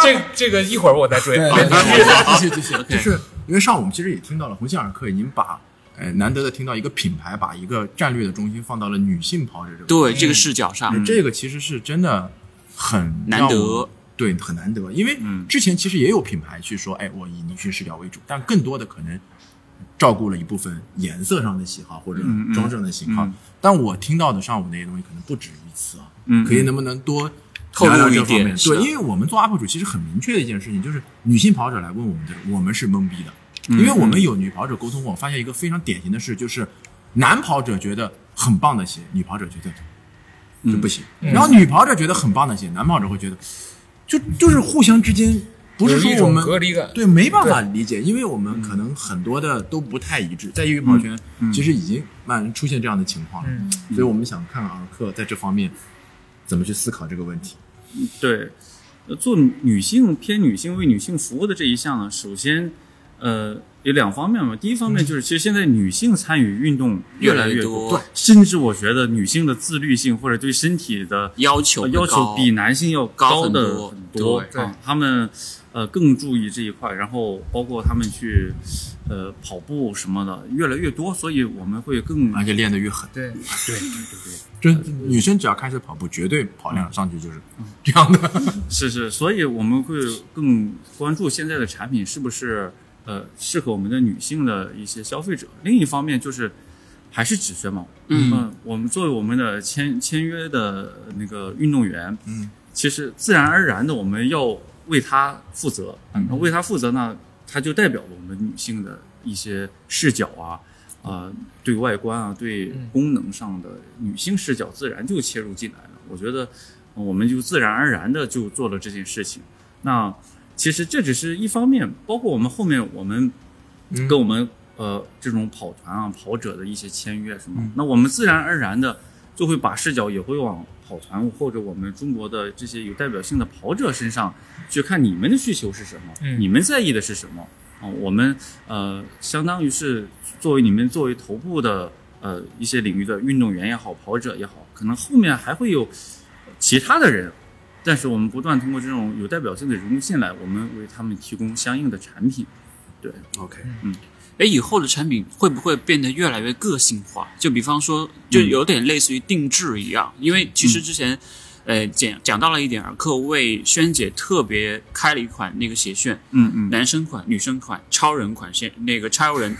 Speaker 4: 这这个一会儿我再追。
Speaker 3: 对对对，继续继续，
Speaker 2: OK
Speaker 3: 就是因为上午我们其实也听到了鸿星尔克已经把，呃，难得的听到一个品牌把一个战略的中心放到了女性跑者这个，
Speaker 2: 对这个视角上，
Speaker 3: 这个其实是真的很
Speaker 2: 难得嗯
Speaker 3: 让我，对，很难得，因为之前其实也有品牌去说，哎，我以女性视角为主，但更多的可能照顾了一部分颜色上的喜好或者装饰上的喜好，
Speaker 6: 嗯
Speaker 3: 但我听到的上午那些东西可能不止于此啊，
Speaker 6: 嗯
Speaker 3: 可以能不能多
Speaker 2: 透露
Speaker 3: 聊聊
Speaker 2: 一
Speaker 3: 这方
Speaker 2: 点
Speaker 3: 面
Speaker 2: 是啊
Speaker 3: 对，
Speaker 2: 的
Speaker 3: 因为我们做 UP 主其实很明确的一件事情，就是女性跑者来问
Speaker 2: 嗯
Speaker 3: 我们的，我们是懵逼的，因为我们有女跑者沟通过，我发现一个非常典型的事就是。男跑者觉得很棒的鞋，女跑者觉得就不行。
Speaker 4: 嗯
Speaker 3: 然后女跑者觉得很棒的鞋，男跑者会觉得就就是互相之间不是
Speaker 4: 有一
Speaker 3: 说我
Speaker 4: 种
Speaker 3: 们
Speaker 4: 隔离感。
Speaker 3: 对，没办法理解，因为我们可能很多的都不太一致，
Speaker 4: 嗯
Speaker 3: 在业余跑圈其实已经慢慢出现这样的情况了，
Speaker 4: 嗯
Speaker 3: 所以我们想看看尔克在这方面怎么去思考这个问题。
Speaker 6: 对，呃做女性偏女性为女性服务的这一项呢，首先，呃，有两方面嘛。第一方面就是，其实现在女性参与运动越来
Speaker 2: 嗯越
Speaker 6: 多，
Speaker 2: 多
Speaker 6: 甚至我觉得女性的自律性或者对身体的
Speaker 2: 哦要求
Speaker 6: 呃
Speaker 2: 会
Speaker 6: 要求
Speaker 2: 高
Speaker 6: 比男性要高
Speaker 2: 很
Speaker 6: 的
Speaker 2: 多
Speaker 6: 很多。
Speaker 2: 对
Speaker 6: 啊，他们呃更注意这一块，然后包括他们去呃跑步什么的越来越多，所以我们会更
Speaker 3: 嗯而且练得越狠，
Speaker 4: 对，
Speaker 3: 就是女生只要开始跑步，绝对跑量上去就是这样的。
Speaker 6: 是是，所以我们会更关注现在的产品是不是呃适合我们的女性的一些消费者。另一方面就是还是只选毛，
Speaker 2: 嗯
Speaker 6: 呃我们作为我们的签签约的那个运动员，
Speaker 3: 嗯，
Speaker 6: 其实自然而然的我们要为他负责，嗯，为他负责呢，他就代表了我们女性的一些视角啊。啊、对外观啊，对功能上的女性视角自然就切入进来了。我觉得我们就自然而然的就做了这件事情。那其实这只是一方面，包括我们后面我们
Speaker 3: 嗯
Speaker 6: 跟
Speaker 4: 嗯
Speaker 6: 我们、呃这种跑团啊、跑者的一些签约什么，那我们自然而然的就会把视角也会往跑团或者我们中国的这些有代表性的跑者身上去看，你们的需求是什么，
Speaker 4: 嗯
Speaker 6: 你们在意的是什么啊、我们呃相当于是作为你们作为头部的呃一些领域的运动员也好，跑者也好，可能后面还会有其他的人。但是我们不断通过这种有代表性的人物进来，我们为他们提供相应的产品。
Speaker 1: OK，
Speaker 2: 哎，以后的产品会不会变得越来越个性化？就比方说，就有点类似于定制一样，因为其实之前，呃，讲讲到了一点，尔克为轩姐特别开了一款那个鞋楦，
Speaker 6: 嗯嗯
Speaker 2: 男生款、女生款、超人款、先那个超人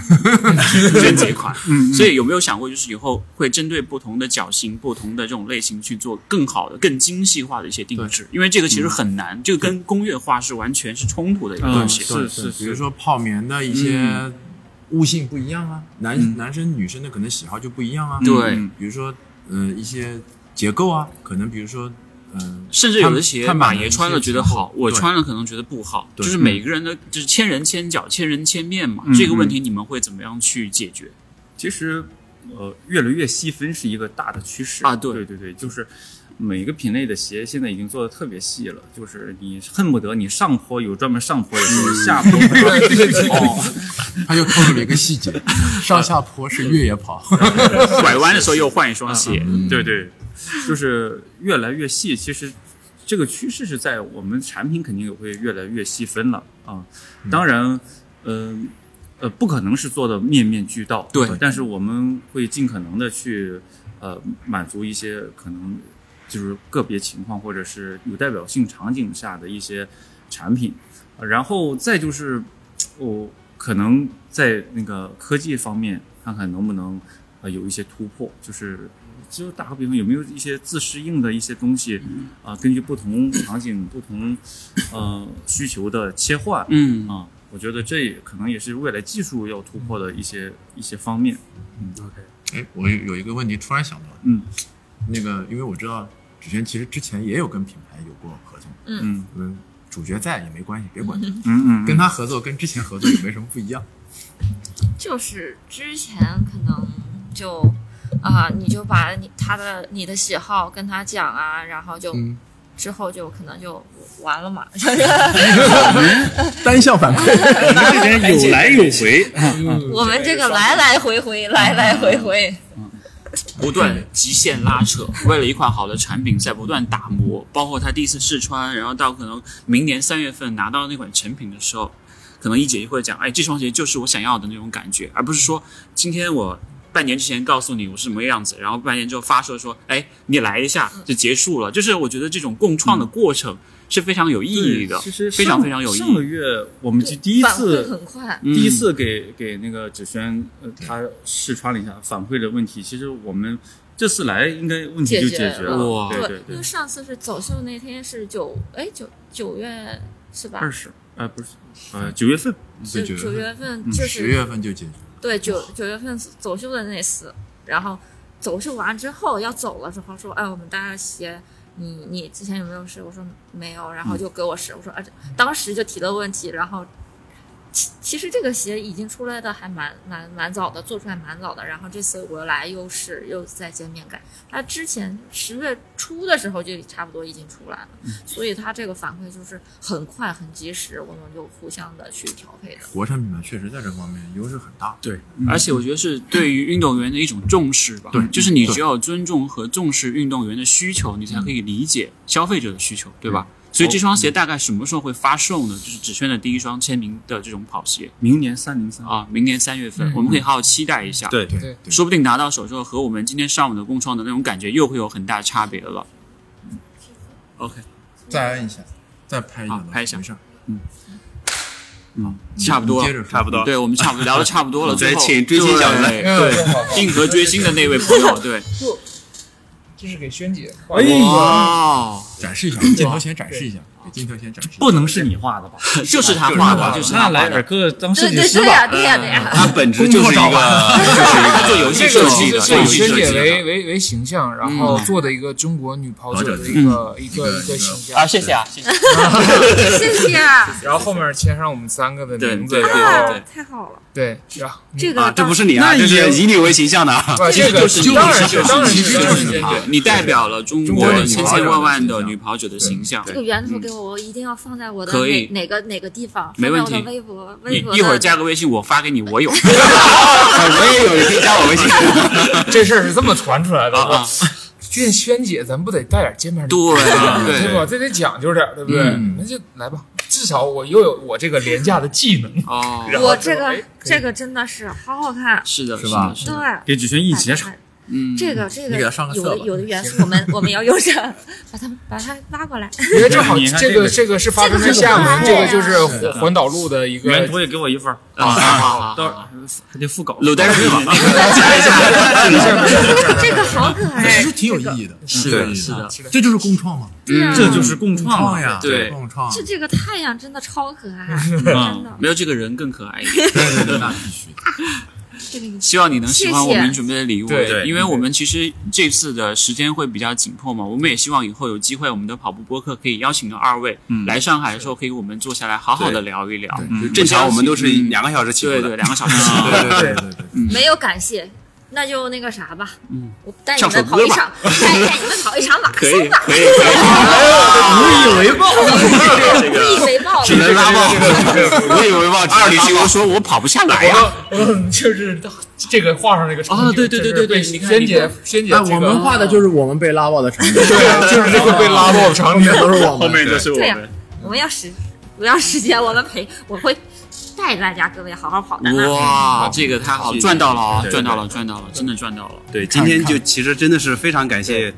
Speaker 2: 娟姐款，所以有没有想过，就是以后会针对不同的脚型、不同的这种类型去做更好的、更精细化的一些定制？因为这个其实很难，这个跟工业化是完全是冲突的一个东
Speaker 6: 嗯
Speaker 2: 西。
Speaker 6: 是是嗯
Speaker 3: 比如说泡棉的一些悟性不一样啊，男男生女生的可能喜好就不一样啊。
Speaker 2: 对
Speaker 6: 嗯
Speaker 3: 比如说呃一些结构啊，可能比如说嗯、
Speaker 2: 甚至有的鞋
Speaker 3: 看看
Speaker 2: 马
Speaker 3: 版的
Speaker 2: 爷
Speaker 3: 一些
Speaker 2: 穿了觉得好
Speaker 3: 情，况
Speaker 2: 我
Speaker 3: 对
Speaker 2: 穿了可能觉得不好，就
Speaker 3: 对
Speaker 2: 是每个人的就是千人千脚、千人千面嘛。这个问题你们会怎么样去解决？
Speaker 6: 其实，呃，越来越细分是一个大的趋势
Speaker 2: 啊对
Speaker 6: 对对对，就是每个品类的鞋现在已经做的特别细了，就是你恨不得你上坡有
Speaker 2: 嗯
Speaker 6: 专门上坡的鞋，下坡哦，
Speaker 3: 他又透露了一个细 节，上下坡是越野跑，
Speaker 6: 嗯
Speaker 2: 拐弯的时候又换一双鞋，
Speaker 6: 对对，就是越来越细。其实这个趋势是在我们产品肯定也会越来越细分了啊。当然，嗯呃不可能是做的面面俱到，啊
Speaker 2: 对
Speaker 6: 但是我们会尽可能的去呃满足一些可能就是个别情况或者是有代表性场景下的一些产品，呃然后再就是我、可能在那个科技方面看看能不能呃有一些突破，就是就打个比方，有没有一些自适应的一些东西啊、根据不同场景、不同呃需求的切换，
Speaker 2: 嗯
Speaker 6: 啊，我觉得这也可能也是未来技术要突破的一些一些方面。
Speaker 3: 哎，我有有一个问题突然想到，
Speaker 6: 嗯，
Speaker 3: 那个因为我知道芷璇其实之前也有跟品牌有过合同，
Speaker 6: 嗯
Speaker 3: 嗯，主角在也没关系，别管他，
Speaker 6: 嗯嗯，
Speaker 3: 跟他合作跟之前合作也没什么不一样。
Speaker 5: 就是之前可能就啊、你就把你他的你的喜好跟他讲啊，然后就、
Speaker 3: 嗯
Speaker 5: 之后就可能就完了 嘛。
Speaker 3: 单向反
Speaker 5: 嗯
Speaker 3: 馈，
Speaker 6: 这人有来有回，
Speaker 5: 我们这个来来回回，来来回回，
Speaker 2: 不断极限拉扯，为了一款好的产品在不断打磨，包括他第一次试穿，然后到可能明年三月份拿到那款成品的时候，可能一姐就会讲，哎，这双鞋就是我想要的那种感觉，而不是说今天我半年之前告诉你我是什么样子，然后半年之后发售说，哎，你来一下就结束了。就是我觉得这种共创的过程是非常有意义的，
Speaker 6: 其实
Speaker 2: 非常
Speaker 6: 上
Speaker 2: 非常有意
Speaker 6: 上个
Speaker 2: 义。
Speaker 6: 月我们嗯就第一
Speaker 5: 反馈
Speaker 6: 次
Speaker 5: 很快。
Speaker 2: 嗯
Speaker 6: 第一次给给那个芷轩，呃，他试穿了一下，反馈的问题，其实我们这次来应该问题就
Speaker 5: 解决
Speaker 6: 解决
Speaker 5: 了
Speaker 2: 哇
Speaker 6: 对对
Speaker 5: 因
Speaker 6: 对
Speaker 5: 为，上次是走秀那天是九哎九九月是吧
Speaker 6: 二？十，呃，不是，呃，九月份，嗯
Speaker 5: 九
Speaker 3: 对九
Speaker 5: 九
Speaker 3: 月
Speaker 5: 月份就
Speaker 3: 十
Speaker 5: 是
Speaker 3: 月份就解决了。
Speaker 5: 对九九月份走秀的那次，然后走秀完之后要走了之后说，哎，我们大家鞋，你你之前有没有试？我说没有，然后就给我试，我说，而且当时就提了问题，然后其其实这个鞋已经出来的还蛮蛮蛮早的，做出来蛮早的，然后这次我来又试又再见面改，它之前十月初的时候就差不多已经出来了，所以它这个反馈就是很快很及时，我们就互相的去调配的。
Speaker 3: 国产品牌确实在这方面优势很大。
Speaker 1: 对，
Speaker 2: 而且我觉得是对于运动员的一种重视吧。
Speaker 3: 对
Speaker 2: 就是你
Speaker 3: 对
Speaker 2: 只有尊重和重视运动员的需求，你才可以理解消费者的需求，对吧？所以这双鞋大概什么时候会发售呢？就是纸轩的第一双签名的这种跑鞋
Speaker 6: 明年三零三，
Speaker 2: 啊，明年三月份，
Speaker 4: 嗯
Speaker 2: 我们可以好好期待一下。
Speaker 1: 对
Speaker 3: 对
Speaker 4: 对
Speaker 2: 说不定拿到手之后和我们今天上午的共创的那种感觉又会有很大差别了。OK，
Speaker 3: 再按一下，再拍一下
Speaker 2: 好，拍一下
Speaker 3: 没事儿，
Speaker 2: 差不多
Speaker 3: 接
Speaker 2: 了。
Speaker 3: 着说
Speaker 1: 差不多。
Speaker 2: 对，我们差不多聊的差不多了。
Speaker 1: 对
Speaker 2: 最后
Speaker 1: 请追星小子
Speaker 2: 对
Speaker 4: 嗯，
Speaker 1: 对
Speaker 4: 更 好，
Speaker 2: 硬核追星的那位朋友，对，
Speaker 4: 这是给轩姐。
Speaker 1: 哎呀，
Speaker 2: 哇，哦
Speaker 3: 展示一下，镜头前展示一下，给镜头前展示一下。
Speaker 6: 不能是你画的吧？
Speaker 2: 就是他画的，就是他
Speaker 6: 那
Speaker 2: 画
Speaker 6: 莱尔
Speaker 2: 的。
Speaker 6: 克当设
Speaker 5: 对
Speaker 6: 计
Speaker 5: 对
Speaker 6: 师
Speaker 5: 对呀
Speaker 6: 吧？
Speaker 5: 对呀对呀。
Speaker 1: 他本质就是一
Speaker 3: 工作
Speaker 1: 个，
Speaker 2: 他做游戏
Speaker 4: 这
Speaker 2: 设
Speaker 4: 个
Speaker 2: 计
Speaker 4: 其
Speaker 2: 的，
Speaker 4: 实
Speaker 2: 做游
Speaker 4: 是以
Speaker 2: 戏
Speaker 4: 轩
Speaker 2: 设
Speaker 4: 姐
Speaker 2: 计
Speaker 4: 为
Speaker 2: 的。
Speaker 4: 为为形象，然后
Speaker 2: 嗯
Speaker 4: 做的一个中国女跑者的一个一个一个形象。
Speaker 2: 谢谢啊，谢谢。
Speaker 5: 谢谢，啊
Speaker 4: 然后后面签上我们三个的名字，
Speaker 2: 对对
Speaker 4: 然后
Speaker 2: 对
Speaker 5: 太好了，
Speaker 4: 对，然后
Speaker 5: 这个
Speaker 1: 啊，这不是
Speaker 5: 当
Speaker 1: 你啊，
Speaker 6: 那
Speaker 1: 这是
Speaker 6: 已
Speaker 1: 以你为形象的啊。
Speaker 4: 哇这个
Speaker 2: 就是
Speaker 4: 当然是
Speaker 2: 就是啊
Speaker 4: 当然
Speaker 3: 其实
Speaker 4: 是
Speaker 3: 就是
Speaker 4: 当然
Speaker 2: 对你代表了中国的千千万万的女跑者的形象
Speaker 5: 这。个源头给我，我一定要放在我的
Speaker 2: 可以
Speaker 5: 哪哪个哪个地方，
Speaker 2: 没问题
Speaker 5: 放在我的微博，
Speaker 2: 你
Speaker 5: 微博的
Speaker 2: 一会儿加个微信，我发给你，我有。
Speaker 1: 我也有，你可以加我微信。
Speaker 4: 这事儿是这么传出来的。
Speaker 2: 啊啊
Speaker 4: 我俊轩姐，咱不得带点见面礼，
Speaker 2: 对
Speaker 4: 啊对吧？这得讲究点儿，对不对？
Speaker 3: 嗯
Speaker 4: 那就来吧，至少我又有我这个廉价的技能。
Speaker 2: 哦，
Speaker 4: 然后
Speaker 5: 我
Speaker 4: 就
Speaker 5: 这
Speaker 4: 哎
Speaker 5: 个
Speaker 4: 可以
Speaker 5: 这个真的是好好看，
Speaker 2: 是的，
Speaker 3: 是吧
Speaker 2: 的是
Speaker 5: 对
Speaker 2: 的，，
Speaker 6: 给举轩一起手，
Speaker 2: 嗯，
Speaker 5: 这个这个
Speaker 3: 你给他上个
Speaker 5: 有
Speaker 3: 色
Speaker 5: 的
Speaker 3: 吧
Speaker 5: 有的元素我们我们要用上，把它把它挖过来，
Speaker 4: 因为正好
Speaker 6: 你看
Speaker 4: 这
Speaker 6: 这
Speaker 4: 个
Speaker 6: 个
Speaker 4: 这个是发生在厦门，
Speaker 5: 这
Speaker 4: 这
Speaker 5: 个
Speaker 4: 个
Speaker 5: 很好
Speaker 4: 就
Speaker 5: 看
Speaker 4: 是环环岛路的一个
Speaker 6: 原图也给我一份儿，
Speaker 2: 啊啊
Speaker 6: 到时
Speaker 2: 啊！
Speaker 6: 候还得复稿。
Speaker 2: 鲁代瑞嘛，
Speaker 5: 这个好可爱，
Speaker 3: 其实挺有意义的，啊
Speaker 2: 是的，是的，
Speaker 3: 这就是共创嘛，
Speaker 5: 这个，对
Speaker 6: 这
Speaker 5: 啊
Speaker 6: 就是共创
Speaker 3: 创
Speaker 6: 嘛
Speaker 3: 呀，
Speaker 2: 嗯对
Speaker 3: 共创，
Speaker 5: 这这个太阳真的超可爱，真
Speaker 6: 嗯
Speaker 5: 的
Speaker 2: 没有这个人更可爱一点。
Speaker 3: 对对，那必须。
Speaker 5: 这个
Speaker 2: 希望你能喜欢
Speaker 5: 谢
Speaker 2: 我
Speaker 5: 谢
Speaker 2: 们准备的礼物，
Speaker 4: 对对
Speaker 2: 因为我们其实这次的时间会比较紧迫嘛，我们也希望以后有机会，我们的跑步播客可以邀请到二位、
Speaker 6: 嗯
Speaker 2: 来上海的时候，可以给我们坐下来好好的聊一聊。
Speaker 6: 嗯
Speaker 1: 正常我们都是两个小时起步
Speaker 2: 对对，
Speaker 1: 的，
Speaker 2: 两个小时 起步
Speaker 3: 对对对对对，
Speaker 5: 没有感谢。那就那个啥吧，嗯，我带你
Speaker 2: 唱首
Speaker 5: 们
Speaker 2: 歌
Speaker 5: 跑一
Speaker 2: 吧
Speaker 5: 场，带带你们跑一场马拉 松吧，
Speaker 2: 可以， 无以为报，
Speaker 5: 不以为报了，
Speaker 2: 只能拉爆，无以为
Speaker 1: 只能拉
Speaker 2: 报。
Speaker 1: 爆
Speaker 2: 二驴形容说我跑不下来呀。
Speaker 4: 嗯，就是这个画上这个场景
Speaker 2: 啊对对对对对
Speaker 4: 就是
Speaker 2: 你
Speaker 4: 被
Speaker 2: 看
Speaker 4: 轩
Speaker 2: 你
Speaker 4: 姐
Speaker 2: 看
Speaker 4: 轩姐
Speaker 7: 哎，
Speaker 4: 这个，
Speaker 7: 我们画的就是我们被拉爆的场景，
Speaker 4: 对，就是 这个被拉爆的
Speaker 7: 后
Speaker 4: 场景
Speaker 7: 面。都是我
Speaker 6: 后
Speaker 7: 们。
Speaker 6: 面就是我
Speaker 5: 对呀
Speaker 6: 们，
Speaker 5: 我们要时，我要时间，我们陪，我会带着大家各位好好跑的。
Speaker 2: 哇，这个太好，
Speaker 1: 嗯谢谢
Speaker 2: 赚到了啊，
Speaker 1: 对对
Speaker 2: 赚到了，赚到了，真的赚到了。
Speaker 1: 对，今天就其实真的是非常感谢，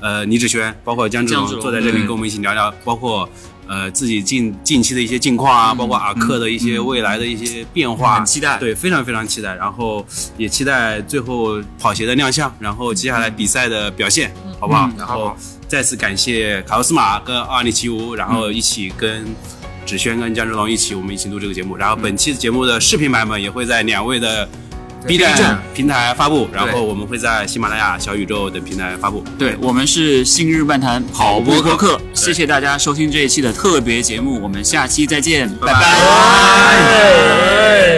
Speaker 1: 呃，倪志轩，包括江志龙
Speaker 2: 江志龙
Speaker 1: 坐在这里
Speaker 2: 对
Speaker 1: 跟我们一起聊聊，包括呃自己近近期的一些近况啊，包括阿克的一些未来的一些变化，
Speaker 2: 嗯很期待
Speaker 1: 对，非常非常期待，然后也期待最后跑鞋的亮相，然后接下来比赛的表现，好嗯不好？然后再次感谢卡洛斯马跟二零七五，然后一起跟。芷轩跟江志龙一起，我们一起录这个节目。然后本期节目的视频版本也会在两位的 B 站平台发布，然后我们会在喜马拉雅、小宇宙等平台发布。
Speaker 2: 对我们是新日漫谈跑步播客，谢谢大家收听这一期的特别节目，我们下期再见，拜拜
Speaker 1: 拜
Speaker 4: 哎